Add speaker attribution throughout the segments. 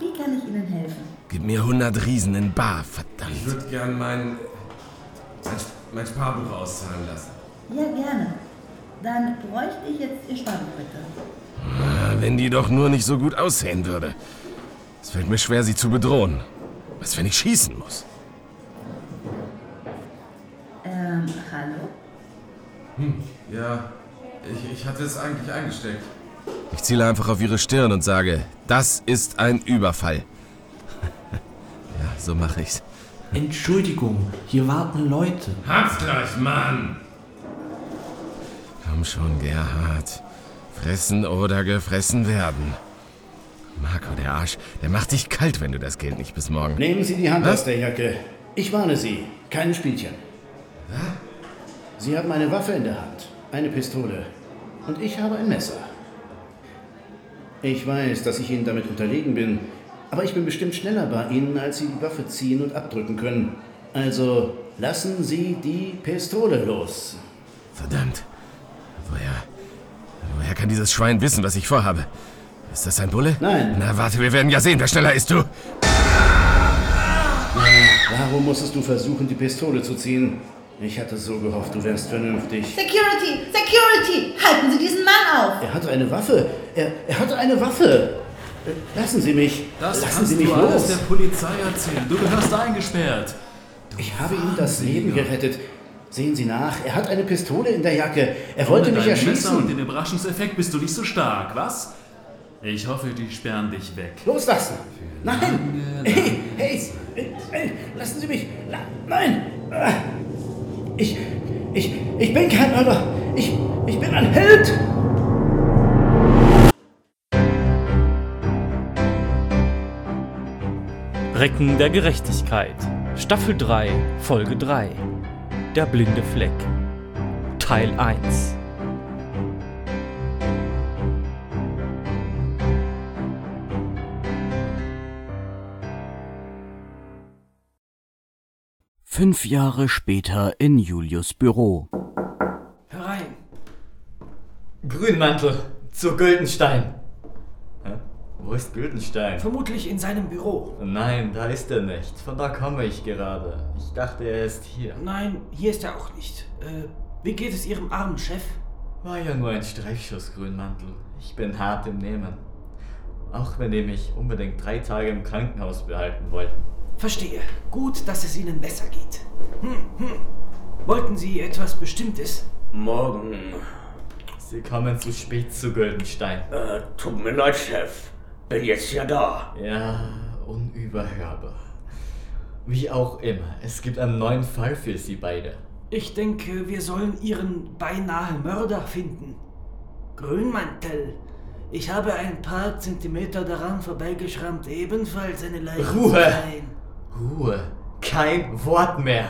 Speaker 1: Ihnen helfen?
Speaker 2: Gib mir 100 Riesen in Bar, verdammt.
Speaker 3: Ich würde gern mein, mein, mein Sparbuch auszahlen lassen.
Speaker 1: Ja, gerne. Dann bräuchte ich jetzt Ihr Sparbuch bitte.
Speaker 2: Ah, Wenn die doch nur nicht so gut aussehen würde. Es fällt mir schwer, sie zu bedrohen. Was, wenn ich schießen muss?
Speaker 1: Ähm, hallo?
Speaker 3: Ja, ich, ich hatte es eigentlich eingesteckt.
Speaker 2: Ich ziele einfach auf ihre Stirn und sage, das ist ein Überfall. ja, so mache ich's.
Speaker 4: Entschuldigung, hier warten Leute.
Speaker 3: Hab's gleich, Mann!
Speaker 2: Komm schon, Gerhard. Fressen oder gefressen werden. Marco, der Arsch, der macht dich kalt, wenn du das Geld nicht bis morgen.
Speaker 5: Nehmen Sie die Hand aus der Jacke. Ich warne Sie. Kein Spielchen. Sie haben eine Waffe in der Hand, eine Pistole und ich habe ein Messer. Ich weiß, dass ich Ihnen damit unterlegen bin, aber ich bin bestimmt schneller bei Ihnen, als Sie die Waffe ziehen und abdrücken können. Also lassen Sie die Pistole los.
Speaker 2: Verdammt. Woher. Woher kann dieses Schwein wissen, was ich vorhabe? Ist das ein Bulle?
Speaker 5: Nein.
Speaker 2: Na, warte, wir werden ja sehen, wer schneller ist, du!
Speaker 5: Warum musstest du versuchen, die Pistole zu ziehen? Ich hatte so gehofft, du wärst vernünftig.
Speaker 1: Security! Security! Halten Sie diesen Mann auf!
Speaker 5: Er hat eine Waffe. Er, er hat eine Waffe. Äh, Lassen Sie mich. Lassen Sie mich los.
Speaker 6: Polizei erzählen. Du gehörst eingesperrt.
Speaker 5: Ich habe ihm das Leben gerettet. Sehen Sie nach. Er hat eine Pistole in der Jacke. Er wollte mich
Speaker 6: deinem Messer und
Speaker 5: erschießen.
Speaker 6: den Überraschungseffekt bist du nicht so stark, was? Ich hoffe, die sperren dich weg.
Speaker 5: Loslassen. Nein. Hey, hey, hey, hey, lassen Sie mich. La Nein. Ah. Ich, ich, ich bin kein Mörder. Ich, ich bin ein Held.
Speaker 7: Recken der Gerechtigkeit. Staffel 3, Folge 3. Der blinde Fleck. Teil 1.
Speaker 8: Fünf Jahre später in Julius Büro.
Speaker 4: Herein. Grünmantel zu Güldenstein.
Speaker 9: Wo ist Güldenstein?
Speaker 4: Vermutlich in seinem Büro.
Speaker 9: Nein, da ist er nicht. Von da komme ich gerade. Ich dachte, er ist hier.
Speaker 4: Nein, hier ist er auch nicht. Äh, wie geht es Ihrem armen Chef?
Speaker 9: War ja nur ein Streifschuss, Grünmantel. Ich bin hart im Nehmen. Auch wenn die mich unbedingt drei Tage im Krankenhaus behalten wollten.
Speaker 4: Verstehe. Gut, dass es Ihnen besser geht. Hm, hm. Wollten Sie etwas Bestimmtes?
Speaker 10: Morgen.
Speaker 9: Sie kommen zu spät zu Güldenstein.
Speaker 10: Äh, tut mir leid, Chef. Bin jetzt ja da.
Speaker 9: Ja, unüberhörbar. Wie auch immer, es gibt einen neuen Fall für Sie beide.
Speaker 4: Ich denke, wir sollen Ihren beinahe Mörder finden. Grünmantel. Ich habe ein paar Zentimeter daran vorbeigeschrammt, ebenfalls eine Leiche. zu
Speaker 9: Ruhe!
Speaker 4: sein.
Speaker 9: Ruhe, kein Wort mehr.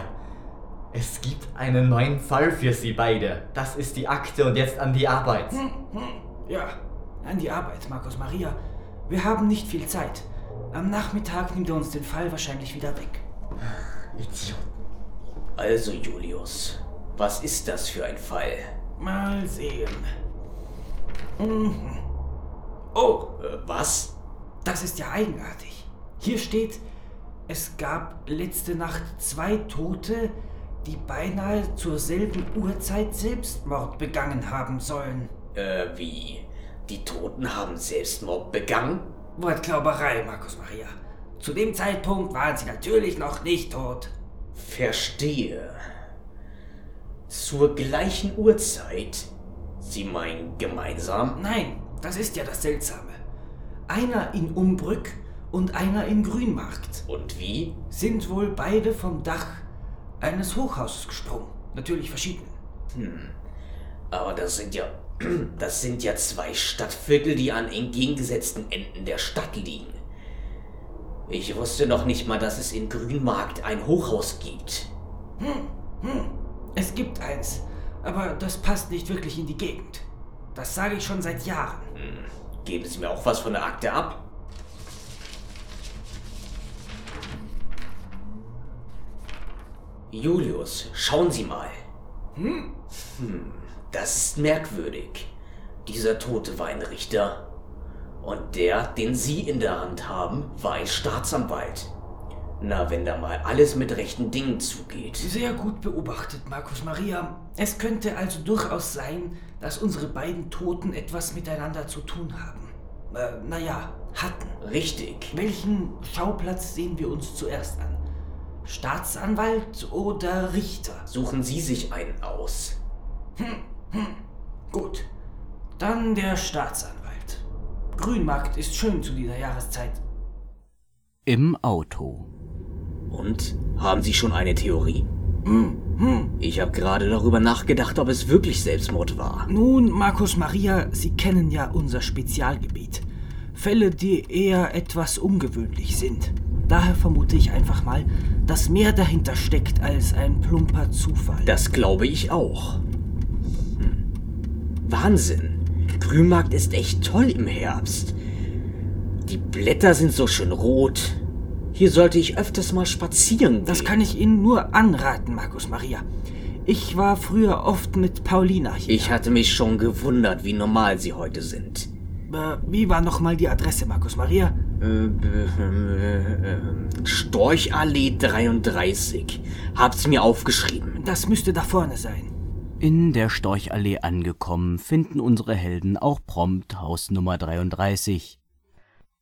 Speaker 9: Es gibt einen neuen Fall für Sie beide. Das ist die Akte und jetzt an die Arbeit.
Speaker 4: Hm, hm. Ja, an die Arbeit, Markus Maria. Wir haben nicht viel Zeit. Am Nachmittag nimmt er uns den Fall wahrscheinlich wieder weg.
Speaker 9: Idioten.
Speaker 10: Also, Julius, was ist das für ein Fall?
Speaker 4: Mal sehen. Mhm. Oh,
Speaker 10: Äh, was?
Speaker 4: Das ist ja eigenartig. Hier steht, es gab letzte Nacht zwei Tote, die beinahe zur selben Uhrzeit Selbstmord begangen haben sollen.
Speaker 10: Äh, wie? Die Toten haben Selbstmord begangen?
Speaker 4: Wortklauberei, Markus Maria. Zu dem Zeitpunkt waren sie natürlich noch nicht tot.
Speaker 10: Verstehe. Zur gleichen Uhrzeit? Sie meinen gemeinsam?
Speaker 4: Nein, das ist ja das Seltsame. Einer in Umbrück und einer in Grünmarkt
Speaker 10: Und wie?
Speaker 4: sind wohl beide vom Dach eines Hochhauses gesprungen. Natürlich verschieden.
Speaker 10: Aber das sind ja. Das sind ja zwei Stadtviertel, die an entgegengesetzten Enden der Stadt liegen. Ich wusste noch nicht mal, dass es in Grünmarkt ein Hochhaus gibt.
Speaker 4: Es gibt eins, aber das passt nicht wirklich in die Gegend. Das sage ich schon seit Jahren.
Speaker 10: Hm. Geben Sie mir auch was von der Akte ab? Julius, schauen Sie mal. Hm? Hm, das ist merkwürdig. Dieser Tote war ein Richter Und der, den Sie in der Hand haben, war ein Staatsanwalt. Na, wenn da mal alles mit rechten Dingen zugeht.
Speaker 4: Sehr gut beobachtet, Markus Maria. Es könnte also durchaus sein, dass unsere beiden Toten etwas miteinander zu tun haben. Äh, naja, hatten.
Speaker 10: Richtig.
Speaker 4: Welchen Schauplatz sehen wir uns zuerst an? Staatsanwalt oder Richter?
Speaker 10: Suchen Sie sich einen aus.
Speaker 4: Hm, hm. Gut. Dann der Staatsanwalt. Grünmarkt ist schön zu dieser Jahreszeit.
Speaker 8: Im Auto.
Speaker 10: Und haben Sie schon eine Theorie?
Speaker 4: Hm, hm.
Speaker 10: Ich habe gerade darüber nachgedacht, ob es wirklich Selbstmord war.
Speaker 4: Nun, Markus Maria, Sie kennen ja unser Spezialgebiet. Fälle, die eher etwas ungewöhnlich sind. Daher vermute ich einfach mal, dass mehr dahinter steckt als ein plumper Zufall.
Speaker 10: Das glaube ich auch. Hm. Wahnsinn. Grünmarkt ist echt toll im Herbst. Die Blätter sind so schön rot. Hier sollte ich öfters mal spazieren gehen.
Speaker 4: Das kann ich Ihnen nur anraten, Markus Maria. Ich war früher oft mit Paulina hier.
Speaker 10: Ich hatte mich schon gewundert, wie normal Sie heute sind.
Speaker 4: Äh, wie war nochmal die Adresse, Markus Maria?
Speaker 10: Äh, äh, äh, Storchallee 33. Hab's mir aufgeschrieben.
Speaker 4: Das müsste da vorne sein.
Speaker 8: In der Storchallee angekommen, finden unsere Helden auch prompt Haus Nummer 33.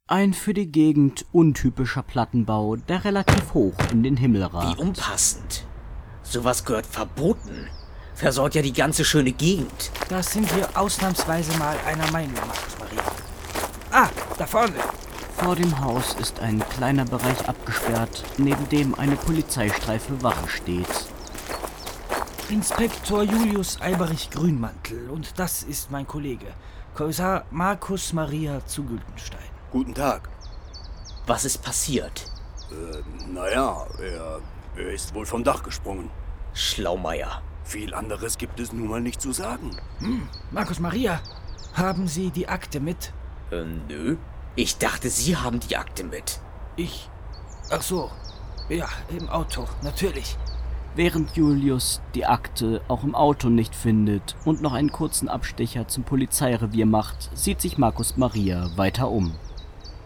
Speaker 8: Ein für die Gegend untypischer Plattenbau, der relativ hoch in den Himmel ragt.
Speaker 10: Wie unpassend. Sowas gehört verboten. Versorgt ja die ganze schöne Gegend.
Speaker 4: Da sind wir ausnahmsweise mal einer Meinung, Markus Maria. Ah, da vorne.
Speaker 8: Vor dem Haus ist ein kleiner Bereich abgesperrt, neben dem eine Polizeistreife Wache steht.
Speaker 4: Inspektor Julius Alberich Grünmantel und das ist mein Kollege, Kommissar Markus Maria zu Güldenstein.
Speaker 11: Guten Tag.
Speaker 10: Was ist passiert?
Speaker 11: Äh, naja, er, er ist wohl vom Dach gesprungen.
Speaker 10: Schlaumeier.
Speaker 11: Viel anderes gibt es nun mal nicht zu sagen.
Speaker 4: Hm, Markus Maria, haben Sie die Akte mit?
Speaker 10: Äh, nö. Ich dachte, Sie haben die Akte mit.
Speaker 4: Ich. Ach so. Ja, im Auto, natürlich.
Speaker 8: Während Julius die Akte auch im Auto nicht findet und noch einen kurzen Abstecher zum Polizeirevier macht, sieht sich Markus Maria weiter um.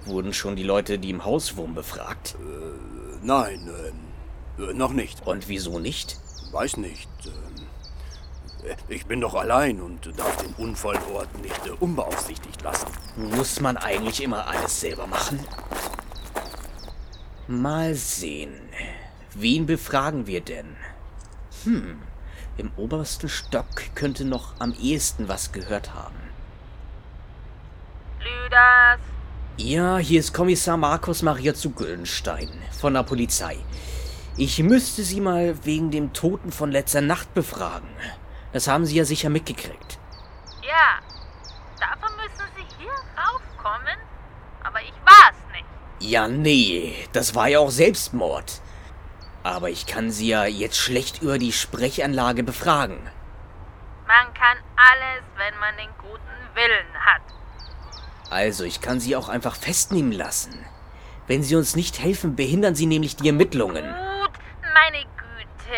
Speaker 10: Wurden schon die Leute, die im Haus wohnen, befragt?
Speaker 11: Äh, nein, äh, noch nicht.
Speaker 10: Und wieso nicht?
Speaker 11: Weiß nicht. Äh, ich bin doch allein und darf den Unfallort nicht äh, unbeaufsichtigt lassen.
Speaker 10: Muss man eigentlich immer alles selber machen? Mal sehen. Wen befragen wir denn? Hm, im obersten Stock könnte noch am ehesten was gehört haben.
Speaker 12: Lüders.
Speaker 10: Ja, hier ist Kommissar Markus Maria zu Güldenstein von der Polizei. Ich müsste Sie mal wegen dem Toten von letzter Nacht befragen. Das haben Sie ja sicher mitgekriegt.
Speaker 12: Ja, dafür müssen Sie hier raufkommen, aber ich war's nicht.
Speaker 10: Ja, nee, das war ja auch Selbstmord. Aber ich kann Sie ja jetzt schlecht über die Sprechanlage befragen.
Speaker 12: Man kann alles, wenn man den guten Willen hat.
Speaker 10: Also, ich kann Sie auch einfach festnehmen lassen. Wenn Sie uns nicht helfen, behindern Sie nämlich die Ermittlungen.
Speaker 12: Gut, meine Güte,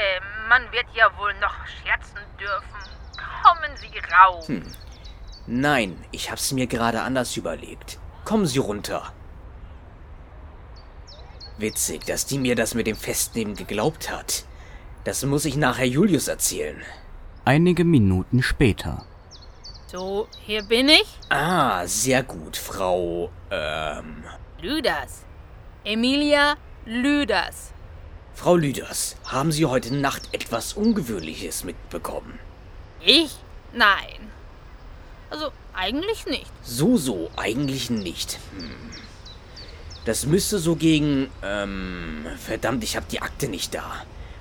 Speaker 12: man wird ja wohl noch scherzen dürfen. Kommen Sie rauf. Hm.
Speaker 10: Nein, ich hab's mir gerade anders überlegt. Kommen Sie runter. Witzig, dass die mir das mit dem Festnehmen geglaubt hat. Das muss ich nachher Julius erzählen.
Speaker 8: Einige Minuten später.
Speaker 12: So, hier bin ich.
Speaker 10: Ah, sehr gut, Frau. Ähm.
Speaker 12: Lüders. Emilia Lüders.
Speaker 10: Frau Lüders, haben Sie heute Nacht etwas Ungewöhnliches mitbekommen?
Speaker 12: Ich? Nein. Also, eigentlich nicht.
Speaker 10: So, so, eigentlich nicht. Hm. Das müsste so gegen, ähm, verdammt, ich habe die Akte nicht da.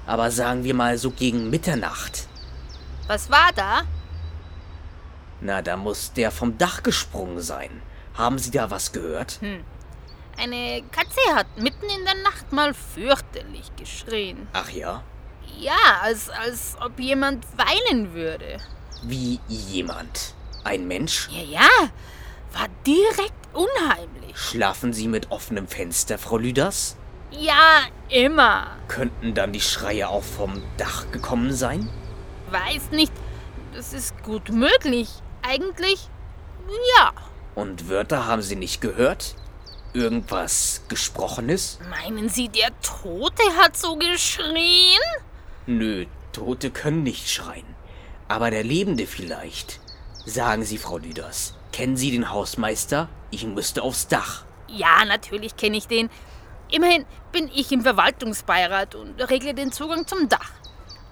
Speaker 10: Aber sagen wir mal so gegen Mitternacht.
Speaker 12: Was war da?
Speaker 10: Na, da muss der vom Dach gesprungen sein. Haben Sie da was gehört?
Speaker 12: Hm. Eine Katze hat mitten in der Nacht mal fürchterlich geschrien.
Speaker 10: Ach ja?
Speaker 12: Ja, als, als ob jemand weinen würde.
Speaker 10: Wie jemand? Ein Mensch?
Speaker 12: Ja, ja. War direkt unheimlich.
Speaker 10: Schlafen Sie mit offenem Fenster, Frau Lüders?
Speaker 12: Ja, immer.
Speaker 10: Könnten dann die Schreie auch vom Dach gekommen sein?
Speaker 12: Weiß nicht. Das ist gut möglich. Eigentlich ja.
Speaker 10: Und Wörter haben Sie nicht gehört? Irgendwas Gesprochenes?
Speaker 12: Meinen Sie, der Tote hat so geschrien?
Speaker 10: Nö, Tote können nicht schreien. Aber der Lebende vielleicht. Sagen Sie, Frau Lüders, kennen Sie den Hausmeister? Ich müsste aufs Dach.
Speaker 12: Ja, natürlich kenne ich den. Immerhin bin ich im Verwaltungsbeirat und regle den Zugang zum Dach.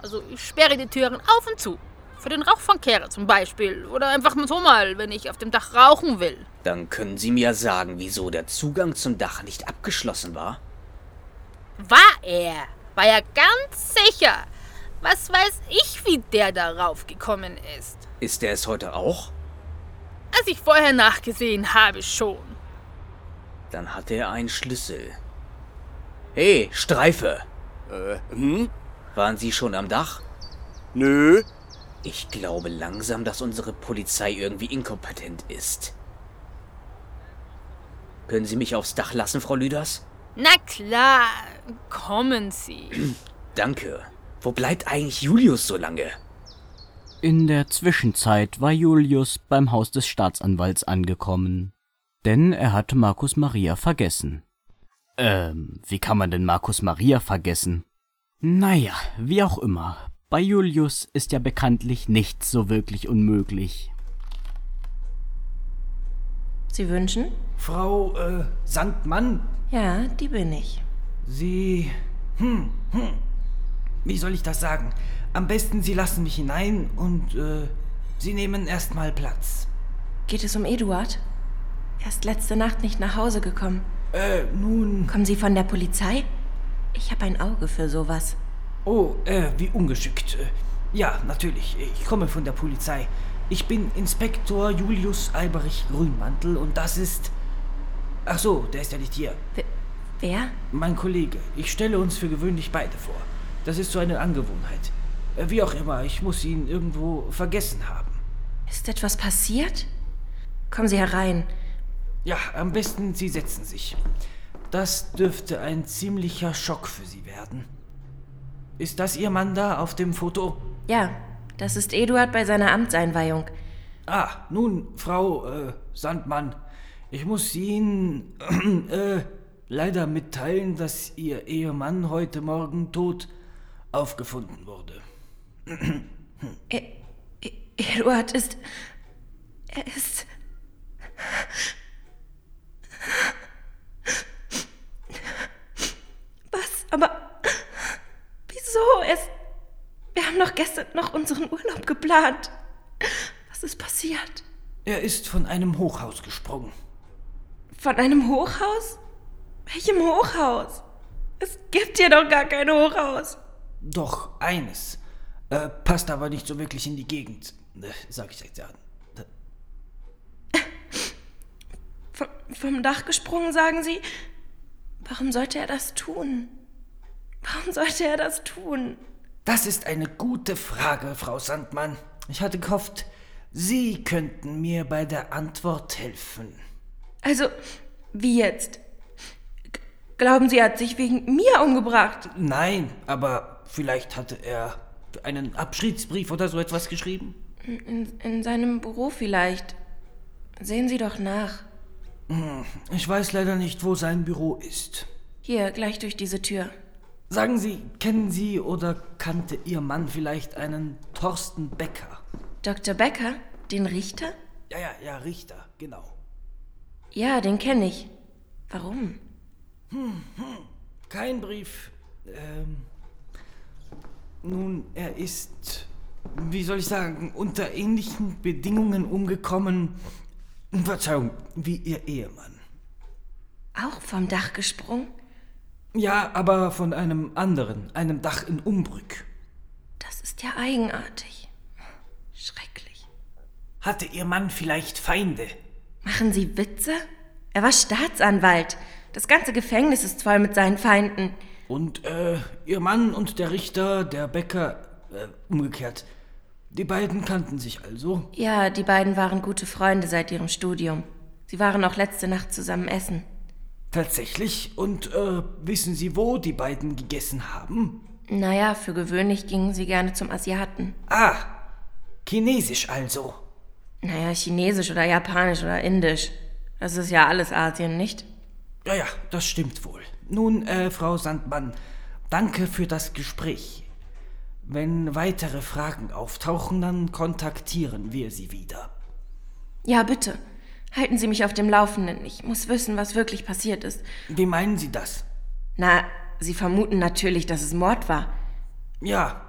Speaker 12: Also ich sperre die Türen auf und zu. Für den Rauchverkehr zum Beispiel. Oder einfach mal so mal, wenn ich auf dem Dach rauchen will.
Speaker 10: Dann können Sie mir sagen, wieso der Zugang zum Dach nicht abgeschlossen war?
Speaker 12: War er. War ja ganz sicher. Was weiß ich, wie der darauf gekommen ist.
Speaker 10: Ist er es heute auch?
Speaker 12: Als ich vorher nachgesehen habe schon.
Speaker 10: Dann hatte er einen Schlüssel. Hey, Streife!
Speaker 11: Äh, hm?
Speaker 10: Waren Sie schon am Dach?
Speaker 11: Nö.
Speaker 10: Ich glaube langsam, dass unsere Polizei irgendwie inkompetent ist. Können Sie mich aufs Dach lassen, Frau Lüders?
Speaker 12: Na klar, kommen Sie.
Speaker 10: Danke. Wo bleibt eigentlich Julius so lange?
Speaker 8: In der Zwischenzeit war Julius beim Haus des Staatsanwalts angekommen. Denn er hatte Markus Maria vergessen. Ähm, wie kann man denn Markus Maria vergessen? Naja, wie auch immer. Bei Julius ist ja bekanntlich nichts so wirklich unmöglich.
Speaker 13: Sie wünschen?
Speaker 4: Frau äh, Sandmann?
Speaker 13: Ja, die bin ich.
Speaker 4: Sie. Hm, hm. Wie soll ich das sagen? Am besten, Sie lassen mich hinein und äh, Sie nehmen erstmal Platz.
Speaker 13: Geht es um Eduard? Er ist letzte Nacht nicht nach Hause gekommen.
Speaker 4: Äh, nun.
Speaker 13: Kommen Sie von der Polizei? Ich habe ein Auge für sowas.
Speaker 4: Oh, äh, wie ungeschickt. Äh, Ja, natürlich. Ich komme von der Polizei. Ich bin Inspektor Julius Alberich Grünmantel und das ist. Ach so, der ist ja nicht hier.
Speaker 13: Wer?
Speaker 4: Mein Kollege. Ich stelle uns für gewöhnlich beide vor. Das ist so eine Angewohnheit. Äh, Wie auch immer, ich muss ihn irgendwo vergessen haben.
Speaker 13: Ist etwas passiert? Kommen Sie herein.
Speaker 4: Ja, am besten Sie setzen sich. Das dürfte ein ziemlicher Schock für Sie werden. Ist das Ihr Mann da auf dem Foto?
Speaker 13: Ja, das ist Eduard bei seiner Amtseinweihung.
Speaker 4: Ah, nun, Frau äh, Sandmann, ich muss Ihnen äh, leider mitteilen, dass Ihr Ehemann heute Morgen tot aufgefunden wurde.
Speaker 13: E-, Eduard ist. Er ist. Was? Aber. Wieso? Es. Wir haben doch gestern noch unseren Urlaub geplant. Was ist passiert?
Speaker 4: Er ist von einem Hochhaus gesprungen.
Speaker 13: Von einem Hochhaus? Welchem Hochhaus? Es gibt hier doch gar kein Hochhaus.
Speaker 4: Doch eines. Äh, passt aber nicht so wirklich in die Gegend, äh, sag ich jetzt ja.
Speaker 13: Von, vom Dach gesprungen, sagen Sie? Warum sollte er das tun? Warum sollte er das tun?
Speaker 4: Das ist eine gute Frage, Frau Sandmann. Ich hatte gehofft, Sie könnten mir bei der Antwort helfen.
Speaker 13: Also, wie jetzt? G- Glauben Sie, er hat sich wegen mir umgebracht?
Speaker 4: Nein, aber vielleicht hatte er einen Abschiedsbrief oder so etwas geschrieben.
Speaker 13: In, in seinem Büro vielleicht. Sehen Sie doch nach.
Speaker 4: Hm, Ich weiß leider nicht, wo sein Büro ist.
Speaker 13: Hier, gleich durch diese Tür.
Speaker 4: Sagen Sie, kennen Sie oder kannte Ihr Mann vielleicht einen Thorsten Becker?
Speaker 13: Dr. Becker? Den Richter?
Speaker 4: Ja, ja, ja, Richter, genau.
Speaker 13: Ja, den kenne ich. Warum?
Speaker 4: Hm, hm. Kein Brief. Ähm. Nun, er ist, wie soll ich sagen, unter ähnlichen Bedingungen umgekommen. Verzeihung, wie ihr Ehemann.
Speaker 13: Auch vom Dach gesprungen?
Speaker 4: Ja, aber von einem anderen, einem Dach in Umbrück.
Speaker 13: Das ist ja eigenartig.
Speaker 4: Hatte ihr Mann vielleicht Feinde?
Speaker 13: Machen Sie Witze? Er war Staatsanwalt. Das ganze Gefängnis ist voll mit seinen Feinden.
Speaker 4: Und äh, ihr Mann und der Richter, der Bäcker, äh, umgekehrt. Die beiden kannten sich also.
Speaker 13: Ja, die beiden waren gute Freunde seit ihrem Studium. Sie waren auch letzte Nacht zusammen essen.
Speaker 4: Tatsächlich. Und äh, wissen Sie, wo die beiden gegessen haben?
Speaker 13: Naja, für gewöhnlich gingen sie gerne zum Asiaten.
Speaker 4: Ah, chinesisch also.
Speaker 13: Naja, Chinesisch oder Japanisch oder Indisch. Das ist ja alles Asien, nicht?
Speaker 4: Ja, ja, das stimmt wohl. Nun, äh, Frau Sandmann, danke für das Gespräch. Wenn weitere Fragen auftauchen, dann kontaktieren wir Sie wieder.
Speaker 13: Ja, bitte. Halten Sie mich auf dem Laufenden. Ich muss wissen, was wirklich passiert ist.
Speaker 4: Wie meinen Sie das?
Speaker 13: Na, Sie vermuten natürlich, dass es Mord war.
Speaker 4: Ja,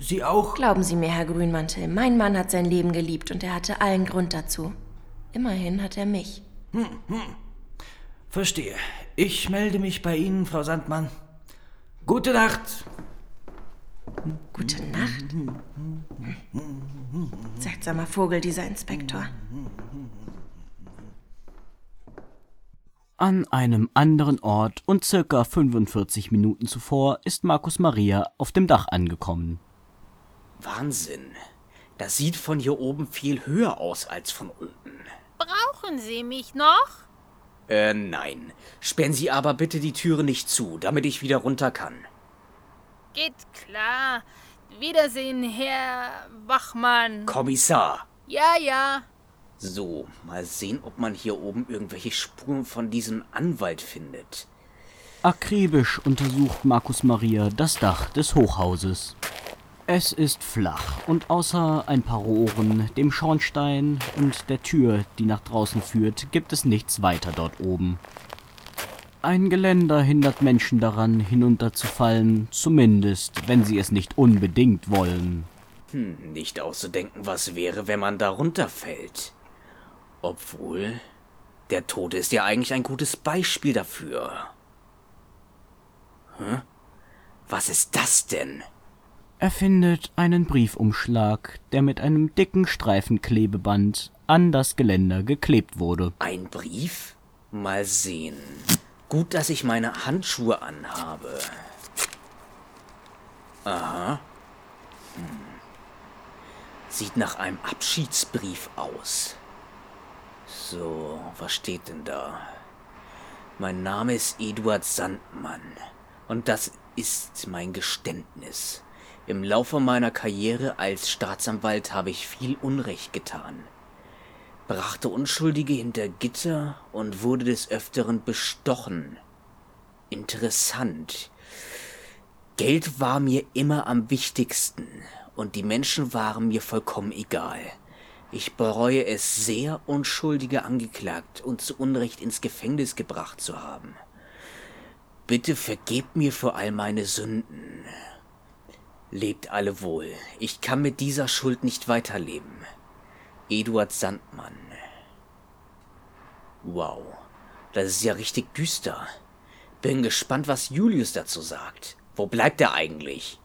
Speaker 4: Sie auch?
Speaker 13: Glauben Sie mir, Herr Grünmantel, mein Mann hat sein Leben geliebt und er hatte allen Grund dazu. Immerhin hat er mich.
Speaker 4: Hm, hm. Verstehe. Ich melde mich bei Ihnen, Frau Sandmann. Gute Nacht.
Speaker 13: Gute Nacht? Seltsamer Vogel, dieser Inspektor.
Speaker 8: An einem anderen Ort und circa 45 Minuten zuvor ist Markus Maria auf dem Dach angekommen.
Speaker 10: Wahnsinn. Das sieht von hier oben viel höher aus als von unten.
Speaker 12: Brauchen Sie mich noch?
Speaker 10: Äh, nein. Sperren Sie aber bitte die Türe nicht zu, damit ich wieder runter kann.
Speaker 12: Geht klar. Wiedersehen, Herr Wachmann.
Speaker 10: Kommissar.
Speaker 12: Ja, ja.
Speaker 10: So, mal sehen, ob man hier oben irgendwelche Spuren von diesem Anwalt findet.
Speaker 8: Akribisch untersucht Markus Maria das Dach des Hochhauses. Es ist flach und außer ein paar Rohren, dem Schornstein und der Tür, die nach draußen führt, gibt es nichts weiter dort oben. Ein Geländer hindert Menschen daran, hinunterzufallen, zumindest wenn sie es nicht unbedingt wollen.
Speaker 10: Hm, nicht auszudenken, was wäre, wenn man da runterfällt. Obwohl, der Tod ist ja eigentlich ein gutes Beispiel dafür. Hä? Was ist das denn?
Speaker 8: Er findet einen Briefumschlag, der mit einem dicken Streifen Klebeband an das Geländer geklebt wurde.
Speaker 10: Ein Brief? Mal sehen. Gut, dass ich meine Handschuhe anhabe. Aha. Hm. Sieht nach einem Abschiedsbrief aus. So, was steht denn da? Mein Name ist Eduard Sandmann und das ist mein Geständnis. Im Laufe meiner Karriere als Staatsanwalt habe ich viel Unrecht getan, brachte Unschuldige hinter Gitter und wurde des Öfteren bestochen. Interessant. Geld war mir immer am wichtigsten und die Menschen waren mir vollkommen egal. Ich bereue es sehr, Unschuldige angeklagt und zu Unrecht ins Gefängnis gebracht zu haben. Bitte vergebt mir für all meine Sünden. Lebt alle wohl. Ich kann mit dieser Schuld nicht weiterleben. Eduard Sandmann. Wow, das ist ja richtig düster. Bin gespannt, was Julius dazu sagt. Wo bleibt er eigentlich?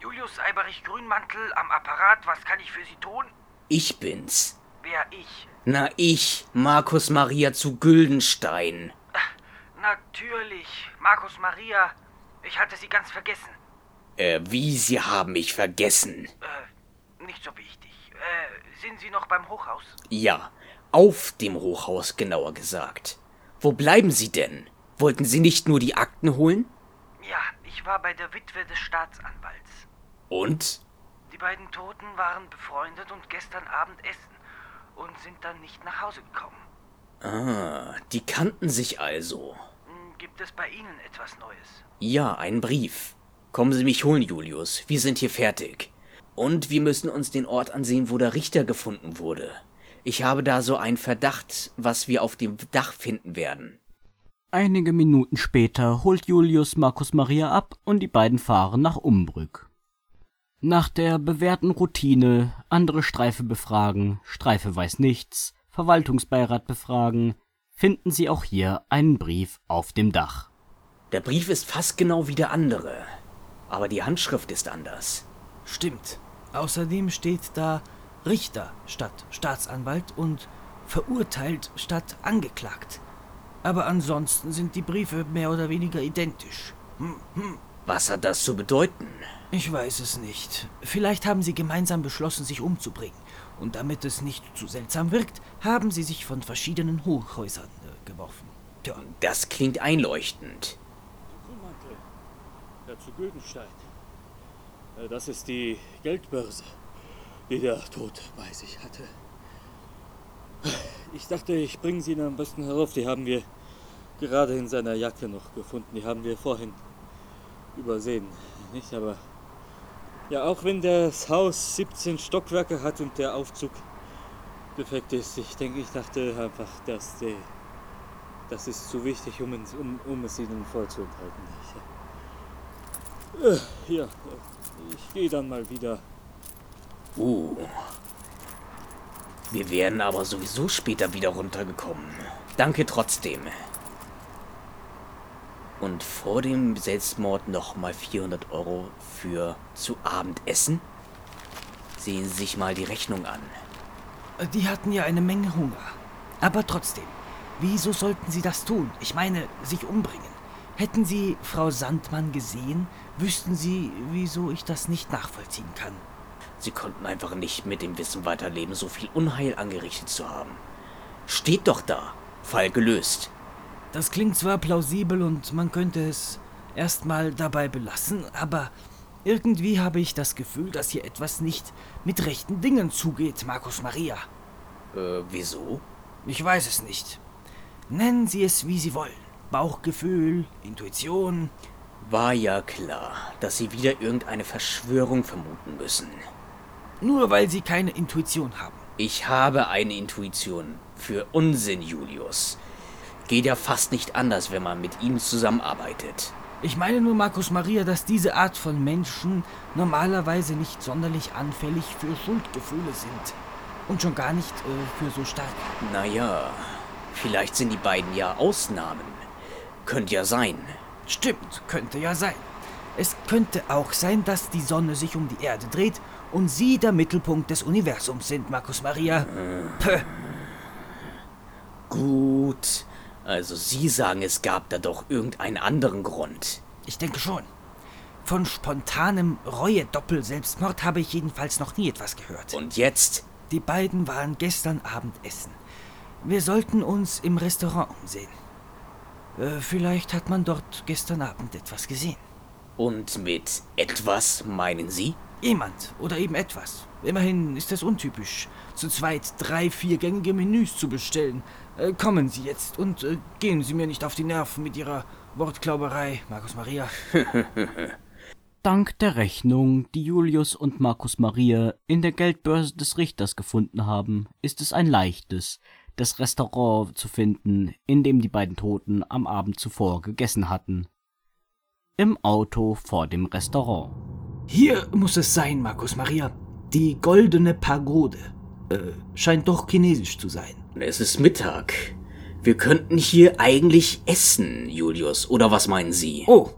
Speaker 4: Julius Eiberich Grünmantel am Apparat, was kann ich für Sie tun?
Speaker 10: Ich bin's.
Speaker 4: Wer ich?
Speaker 10: Na ich, Markus Maria zu Güldenstein.
Speaker 4: Natürlich, Markus Maria. Ich hatte Sie ganz vergessen.
Speaker 10: Äh, wie, Sie haben mich vergessen.
Speaker 4: Äh, nicht so wichtig. Äh, sind Sie noch beim Hochhaus?
Speaker 10: Ja, auf dem Hochhaus genauer gesagt. Wo bleiben Sie denn? Wollten Sie nicht nur die Akten holen?
Speaker 4: Ja, ich war bei der Witwe des Staatsanwalts.
Speaker 10: Und?
Speaker 4: Die beiden Toten waren befreundet und gestern Abend essen und sind dann nicht nach Hause gekommen.
Speaker 10: Ah, die kannten sich also.
Speaker 4: Hm, Gibt es bei Ihnen etwas Neues?
Speaker 10: Ja, ein Brief. Kommen Sie mich holen, Julius. Wir sind hier fertig. Und wir müssen uns den Ort ansehen, wo der Richter gefunden wurde. Ich habe da so einen Verdacht, was wir auf dem Dach finden werden.
Speaker 8: Einige Minuten später holt Julius Markus Maria ab und die beiden fahren nach Umbrück. Nach der bewährten Routine andere Streife befragen, Streife weiß nichts, Verwaltungsbeirat befragen, finden sie auch hier einen Brief auf dem Dach.
Speaker 10: Der Brief ist fast genau wie der andere. Aber die Handschrift ist anders.
Speaker 4: Stimmt. Außerdem steht da Richter statt Staatsanwalt und verurteilt statt angeklagt. Aber ansonsten sind die Briefe mehr oder weniger identisch. Hm, hm.
Speaker 10: Was hat das zu bedeuten?
Speaker 4: Ich weiß es nicht. Vielleicht haben sie gemeinsam beschlossen, sich umzubringen. Und damit es nicht zu seltsam wirkt, haben sie sich von verschiedenen Hochhäusern äh, geworfen. Tja,
Speaker 10: Das klingt einleuchtend.
Speaker 14: Mantel. Ja, zu Güldenstein. Äh, Das ist die Geldbörse, die der Tod bei sich hatte. Ich dachte, ich bringe sie Ihnen am besten herauf. Die haben wir gerade in seiner Jacke noch gefunden. Die haben wir vorhin übersehen. Nicht, aber. Ja, auch wenn das Haus 17 Stockwerke hat und der Aufzug defekt ist, ich denke, ich dachte einfach, dass die das ist zu wichtig, um, ins, um, um es ihnen vorzuenthalten. Ich, äh, hier, äh, ich gehe dann mal wieder.
Speaker 10: Uh. Wir wären aber sowieso später wieder runtergekommen. Danke trotzdem. Und vor dem Selbstmord nochmal 400 Euro für zu Abendessen? Sehen Sie sich mal die Rechnung an.
Speaker 4: äh, die hatten ja eine Menge Hunger. Aber trotzdem, wieso sollten sie das tun? Ich meine, sich umbringen. Hätten sie Frau Sandmann gesehen, wüssten sie, wieso ich das nicht nachvollziehen kann.
Speaker 10: Sie konnten einfach nicht mit dem Wissen weiterleben, so viel Unheil angerichtet zu haben. Steht doch da. Fall gelöst.
Speaker 4: Das klingt zwar plausibel und man könnte es erstmal dabei belassen, aber irgendwie habe ich das Gefühl, dass hier etwas nicht mit rechten Dingen zugeht, Markus Maria.
Speaker 10: Äh, wieso?
Speaker 4: Ich weiß es nicht. Nennen Sie es, wie Sie wollen. Bauchgefühl, Intuition.
Speaker 10: War ja klar, dass Sie wieder irgendeine Verschwörung vermuten müssen.
Speaker 4: Nur weil Sie keine Intuition haben.
Speaker 10: Ich habe eine Intuition für Unsinn, Julius. Geht ja fast nicht anders, wenn man mit ihm zusammenarbeitet.
Speaker 4: Ich meine nur, Markus Maria, dass diese Art von Menschen normalerweise nicht sonderlich anfällig für Schuldgefühle sind. Und schon gar nicht äh, für so starke.
Speaker 10: Naja, vielleicht sind die beiden ja Ausnahmen. Könnte ja sein.
Speaker 4: Stimmt, könnte ja sein. Es könnte auch sein, dass die Sonne sich um die Erde dreht und Sie der Mittelpunkt des Universums sind, Markus Maria. Pö.
Speaker 10: Gut. Also Sie sagen, es gab da doch irgendeinen anderen Grund.
Speaker 4: Ich denke schon. Von spontanem Reue-Doppel-Selbstmord habe ich jedenfalls noch nie etwas gehört.
Speaker 10: Und jetzt?
Speaker 4: Die beiden waren gestern Abend essen. Wir sollten uns im Restaurant umsehen. Äh, vielleicht hat man dort gestern Abend etwas gesehen.
Speaker 10: Und mit etwas meinen Sie?
Speaker 4: Jemand oder eben etwas. Immerhin ist das untypisch, zu zweit drei, vier gängige Menüs zu bestellen. Äh, kommen Sie jetzt und äh, gehen Sie mir nicht auf die Nerven mit Ihrer Wortklauberei, Markus Maria.
Speaker 8: Dank der Rechnung, die Julius und Markus Maria in der Geldbörse des Richters gefunden haben, ist es ein leichtes, das Restaurant zu finden, in dem die beiden Toten am Abend zuvor gegessen hatten. Im Auto vor dem Restaurant.
Speaker 4: Hier muss es sein, Markus Maria. Die goldene Pagode. Äh, scheint doch chinesisch zu sein.
Speaker 10: Es ist Mittag. Wir könnten hier eigentlich essen, Julius. Oder was meinen Sie?
Speaker 4: Oh,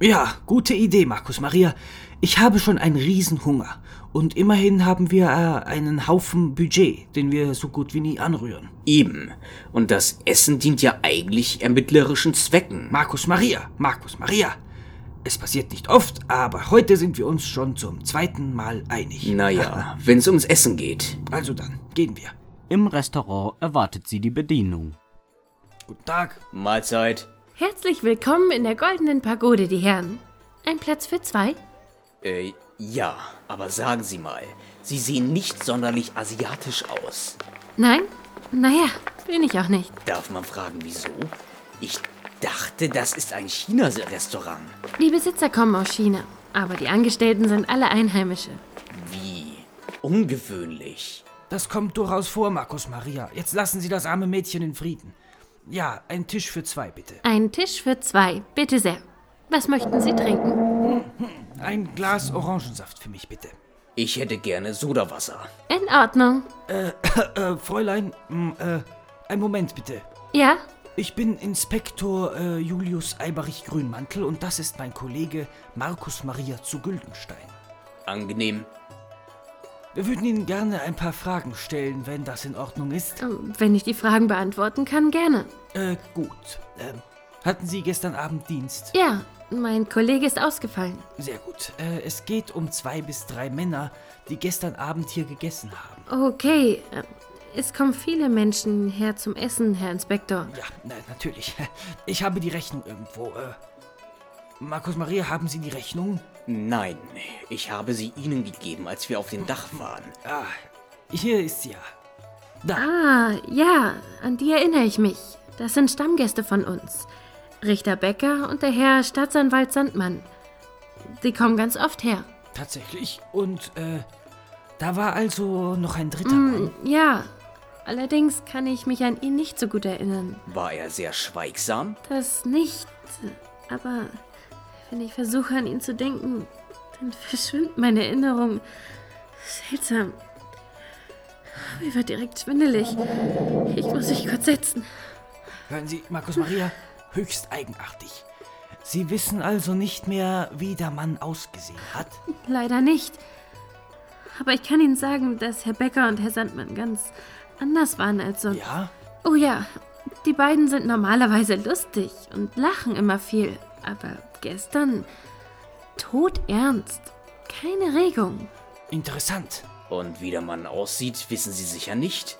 Speaker 4: ja, gute Idee, Markus Maria. Ich habe schon einen Riesenhunger. Und immerhin haben wir äh, einen Haufen Budget, den wir so gut wie nie anrühren.
Speaker 10: Eben. Und das Essen dient ja eigentlich ermittlerischen Zwecken.
Speaker 4: Markus Maria, Markus Maria. Es passiert nicht oft, aber heute sind wir uns schon zum zweiten Mal einig.
Speaker 10: Naja, wenn es ums Essen geht.
Speaker 4: Also dann, gehen wir.
Speaker 8: Im Restaurant erwartet sie die Bedienung.
Speaker 4: Guten Tag.
Speaker 10: Mahlzeit.
Speaker 15: Herzlich willkommen in der goldenen Pagode, die Herren. Ein Platz für zwei?
Speaker 10: Äh, ja, aber sagen Sie mal, Sie sehen nicht sonderlich asiatisch aus.
Speaker 15: Nein? Naja, bin ich auch nicht.
Speaker 10: Darf man fragen, wieso? Ich dachte, das ist ein China-Restaurant.
Speaker 15: Die Besitzer kommen aus China, aber die Angestellten sind alle Einheimische.
Speaker 10: Wie? Ungewöhnlich.
Speaker 4: Das kommt durchaus vor, Markus Maria. Jetzt lassen Sie das arme Mädchen in Frieden. Ja, ein Tisch für zwei, bitte.
Speaker 15: Ein Tisch für zwei, bitte sehr. Was möchten Sie trinken?
Speaker 4: Ein Glas Orangensaft für mich, bitte.
Speaker 10: Ich hätte gerne Sodawasser.
Speaker 15: In Ordnung.
Speaker 4: Äh, äh Fräulein, mh, äh, ein Moment bitte.
Speaker 15: Ja?
Speaker 4: Ich bin Inspektor äh, Julius Eiberich Grünmantel und das ist mein Kollege Markus Maria zu Güldenstein.
Speaker 10: Angenehm.
Speaker 4: Wir würden Ihnen gerne ein paar Fragen stellen, wenn
Speaker 15: Oh.
Speaker 4: das in Ordnung ist.
Speaker 15: Wenn ich die Fragen beantworten kann, gerne.
Speaker 4: Äh, gut. Ähm, Hatten Sie gestern Abend Dienst?
Speaker 15: Ja, mein Kollege ist ausgefallen.
Speaker 4: Sehr gut. Äh, es geht um zwei bis drei Männer, die gestern Abend hier gegessen haben.
Speaker 15: Okay, äh, es kommen viele Menschen her zum Essen, Herr Inspektor.
Speaker 4: Ja, na, natürlich. Ich habe die Rechnung irgendwo. Äh, Markus Maria, haben Sie die Rechnung?
Speaker 10: Nein, ich habe sie Ihnen gegeben, als wir auf dem Dach waren.
Speaker 4: Ah, hier ist sie ja.
Speaker 15: Ah, ja, an die erinnere ich mich. Das sind Stammgäste von uns. Richter Becker und der Herr Staatsanwalt Sandmann. Die kommen ganz oft her.
Speaker 4: Tatsächlich. Und äh, da war also noch ein dritter
Speaker 15: Mm, ja, allerdings kann ich mich an ihn nicht so gut erinnern.
Speaker 10: War er sehr schweigsam?
Speaker 15: Das nicht. Aber wenn ich versuche, an ihn zu denken, dann verschwimmt meine Erinnerung. Seltsam. Mir wird direkt schwindelig. Ich muss mich kurz setzen.
Speaker 4: Hören Sie, Markus Maria, höchst eigenartig. Sie wissen also nicht mehr, wie der Mann ausgesehen hat.
Speaker 15: Leider nicht. Aber ich kann Ihnen sagen, dass Herr Becker und Herr Sandmann ganz anders waren als sonst.
Speaker 4: Ja?
Speaker 15: Oh ja, die beiden sind normalerweise lustig und lachen immer viel. Aber gestern todernst. Keine Regung.
Speaker 4: Interessant.
Speaker 10: Und wie der Mann aussieht, wissen Sie sicher nicht.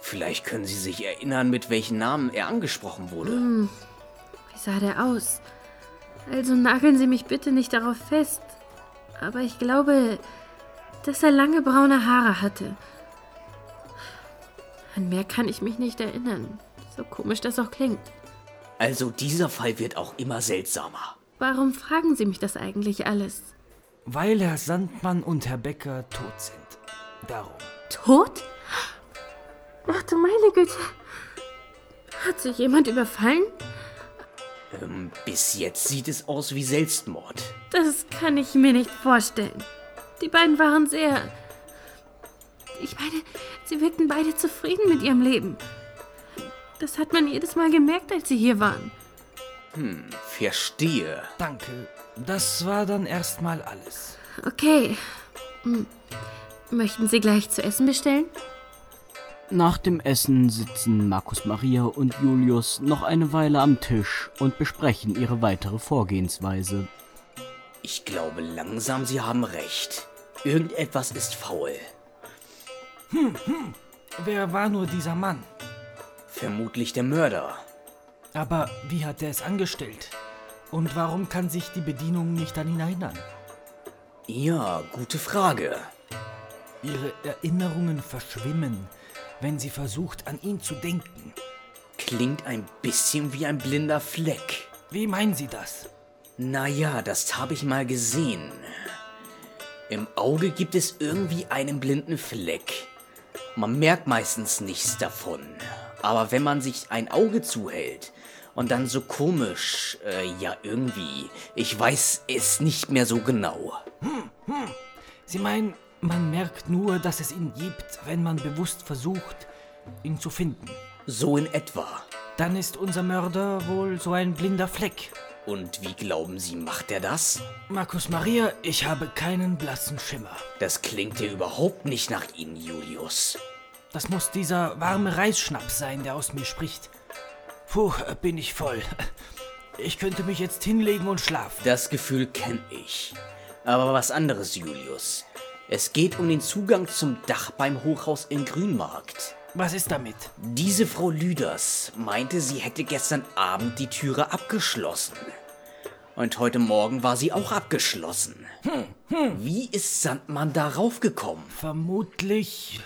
Speaker 10: Vielleicht können Sie sich erinnern, mit welchen Namen er angesprochen wurde.
Speaker 15: Hm, wie sah der aus? Also nageln Sie mich bitte nicht darauf fest. Aber ich glaube, dass er lange braune Haare hatte. An mehr kann ich mich nicht erinnern. So komisch das auch klingt.
Speaker 10: Also dieser Fall wird auch immer seltsamer.
Speaker 15: Warum fragen Sie mich das eigentlich alles?
Speaker 4: Weil Herr Sandmann und Herr Becker tot sind. Darum.
Speaker 15: Tot? Ach du meine Güte. Hat sich jemand überfallen?
Speaker 10: Ähm, bis jetzt sieht es aus wie Selbstmord.
Speaker 15: Das kann ich mir nicht vorstellen. Die beiden waren sehr. Ich meine, sie wirkten beide zufrieden mit ihrem Leben. Das hat man jedes Mal gemerkt, als sie hier waren.
Speaker 10: Hm, verstehe.
Speaker 4: Danke. Das war dann erstmal alles.
Speaker 15: Okay. Hm. Möchten Sie gleich zu essen bestellen?
Speaker 8: Nach dem Essen sitzen Markus Maria und Julius noch eine Weile am Tisch und besprechen ihre weitere Vorgehensweise.
Speaker 10: Ich glaube langsam, Sie haben recht. Irgendetwas ist faul.
Speaker 4: Hm, hm. Wer war nur dieser Mann?
Speaker 10: Vermutlich der Mörder.
Speaker 4: Aber wie hat er es angestellt? Und warum kann sich die Bedienung nicht an ihn erinnern?
Speaker 10: Ja, gute Frage.
Speaker 4: Ihre Erinnerungen verschwimmen, wenn sie versucht, an ihn zu denken.
Speaker 10: Klingt ein bisschen wie ein blinder Fleck.
Speaker 4: Wie meinen Sie das?
Speaker 10: Naja, das habe ich mal gesehen. Im Auge gibt es irgendwie einen blinden Fleck. Man merkt meistens nichts davon. Aber wenn man sich ein Auge zuhält und dann so komisch, äh, ja irgendwie, ich weiß es nicht mehr so genau.
Speaker 4: Hm, hm. Sie meinen, man merkt nur, dass es ihn gibt, wenn man bewusst versucht, ihn zu finden.
Speaker 10: So in etwa.
Speaker 4: Dann ist unser Mörder wohl so ein blinder Fleck.
Speaker 10: Und wie glauben Sie, macht er das?
Speaker 4: Markus Maria, ich habe keinen blassen Schimmer.
Speaker 10: Das klingt dir überhaupt nicht nach Ihnen, Julius.
Speaker 4: Das muss dieser warme Reisschnaps sein, der aus mir spricht. Puh, bin ich voll. Ich könnte mich jetzt hinlegen und schlafen.
Speaker 10: Das Gefühl kenne ich. Aber was anderes, Julius. Es geht um den Zugang zum Dach beim Hochhaus im Grünmarkt.
Speaker 4: Was ist damit?
Speaker 10: Diese Frau Lüders meinte, sie hätte gestern Abend die Türe abgeschlossen. Und heute Morgen war sie auch abgeschlossen. Wie ist Sandmann darauf gekommen?
Speaker 4: Vermutlich.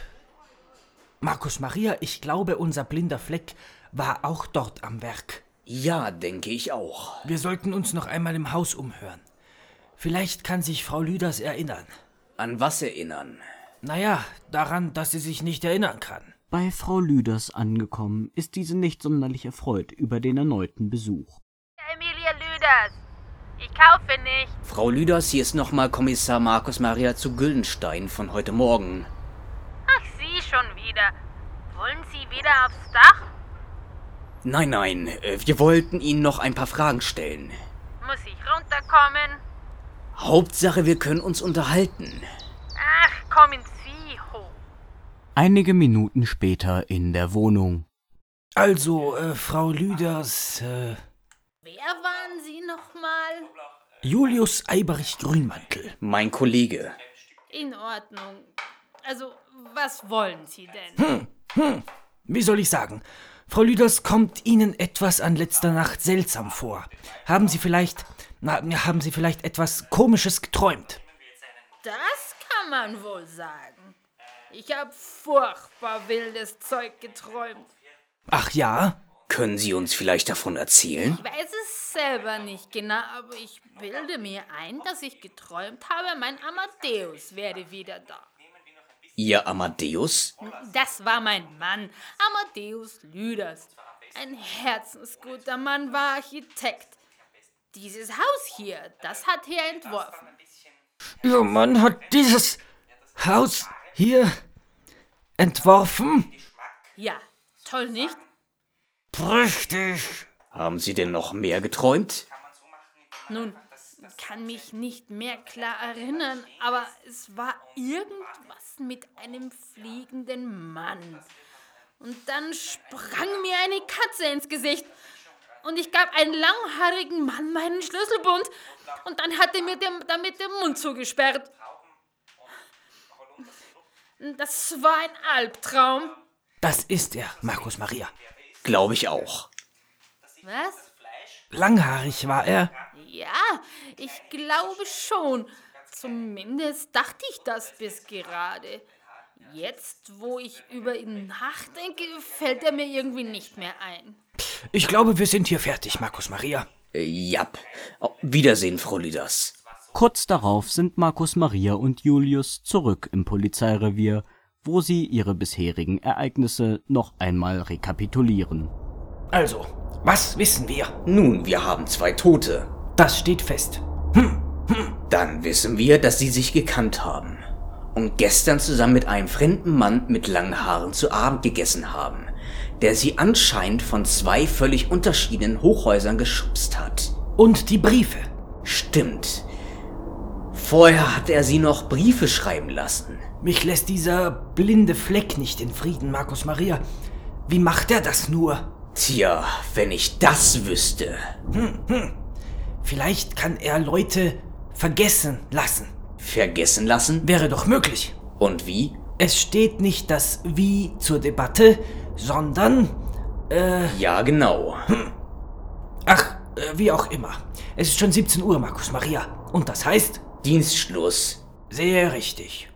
Speaker 4: Markus Maria, ich glaube, unser blinder Fleck war auch dort am Werk.
Speaker 10: Ja, denke ich auch.
Speaker 4: Wir sollten uns noch einmal im Haus umhören. Vielleicht kann sich Frau Lüders erinnern.
Speaker 10: An was erinnern?
Speaker 4: Naja, daran, dass sie sich nicht erinnern kann.
Speaker 8: Bei Frau Lüders angekommen, ist diese nicht sonderlich erfreut über den erneuten Besuch.
Speaker 12: Emilia Lüders, ich kaufe nicht.
Speaker 10: Frau Lüders, hier ist nochmal Kommissar Markus Maria zu Güldenstein von heute Morgen.
Speaker 12: Ach, Sie schon wieder. Wollen Sie wieder aufs Dach?
Speaker 10: Nein, nein, äh, wir wollten Ihnen noch ein paar Fragen stellen.
Speaker 12: Muss ich runterkommen?
Speaker 10: Hauptsache, wir können uns unterhalten.
Speaker 12: Ach, kommen Sie hoch.
Speaker 8: Einige Minuten später in der Wohnung.
Speaker 4: Also, äh, Frau Lüders, äh,
Speaker 12: Wer waren Sie nochmal?
Speaker 4: Julius Eiberich Grünmantel.
Speaker 10: Mein Kollege.
Speaker 12: In Ordnung. Also, was wollen Sie denn?
Speaker 4: Hm, hm. Wie soll ich sagen? Frau Lüders, kommt Ihnen etwas an letzter Nacht seltsam vor? Haben Sie vielleicht, na, haben Sie vielleicht etwas Komisches geträumt?
Speaker 12: Das kann man wohl sagen. Ich habe furchtbar wildes Zeug geträumt.
Speaker 4: Ach ja?
Speaker 10: Können Sie uns vielleicht davon erzählen?
Speaker 12: Ich weiß es selber nicht genau, aber ich bilde mir ein, dass ich geträumt habe, mein Amadeus wäre wieder da.
Speaker 10: Ihr Amadeus?
Speaker 12: Das war mein Mann, Amadeus Lüders. Ein herzensguter Mann war Architekt. Dieses Haus hier, das hat er entworfen.
Speaker 4: Ihr Mann hat dieses Haus hier entworfen?
Speaker 12: Ja, toll nicht?
Speaker 4: Prächtig.
Speaker 10: Haben Sie denn noch mehr geträumt?
Speaker 12: Nun, kann mich nicht mehr klar erinnern, aber es war irgendwas mit einem fliegenden Mann. Und dann sprang mir eine Katze ins Gesicht. Und ich gab einem langhaarigen Mann meinen Schlüsselbund. Und dann hat er mir dem, damit den Mund zugesperrt. Das war ein Albtraum.
Speaker 4: Das ist er, Markus Maria.
Speaker 10: Glaube ich auch.
Speaker 12: Was?
Speaker 4: Langhaarig war er.
Speaker 12: Ja, ich glaube schon. Zumindest dachte ich das bis gerade. Jetzt, wo ich über ihn nachdenke, fällt er mir irgendwie nicht mehr ein.
Speaker 4: Ich glaube, wir sind hier fertig, Markus Maria.
Speaker 10: Äh, Japp. Auf Wiedersehen, Frau Lidas.
Speaker 8: Kurz darauf sind Markus Maria und Julius zurück im Polizeirevier, wo sie ihre bisherigen Ereignisse noch einmal rekapitulieren.
Speaker 4: Also, was wissen wir?
Speaker 10: Nun, wir haben zwei Tote.
Speaker 4: Das steht fest. Hm,
Speaker 10: Dann wissen wir, dass sie sich gekannt haben und gestern zusammen mit einem fremden Mann mit langen Haaren zu Abend gegessen haben, der sie anscheinend von zwei völlig unterschiedlichen Hochhäusern geschubst hat.
Speaker 4: Und die Briefe.
Speaker 10: Stimmt. Vorher hat er sie noch Briefe schreiben lassen.
Speaker 4: Mich lässt dieser blinde Fleck nicht in Frieden, Markus Maria. Wie macht er das nur?
Speaker 10: Tja, wenn ich das wüsste.
Speaker 4: Hm, hm. Vielleicht kann er Leute vergessen lassen.
Speaker 10: Vergessen lassen?
Speaker 4: Wäre doch möglich.
Speaker 10: Und wie?
Speaker 4: Es steht nicht das Wie zur Debatte, sondern. Äh,
Speaker 10: Ja, genau.
Speaker 4: hm. Ach, äh, wie auch immer. Es ist schon 17 Uhr, Markus Maria. Und das heißt?
Speaker 10: Dienstschluss.
Speaker 4: Sehr richtig.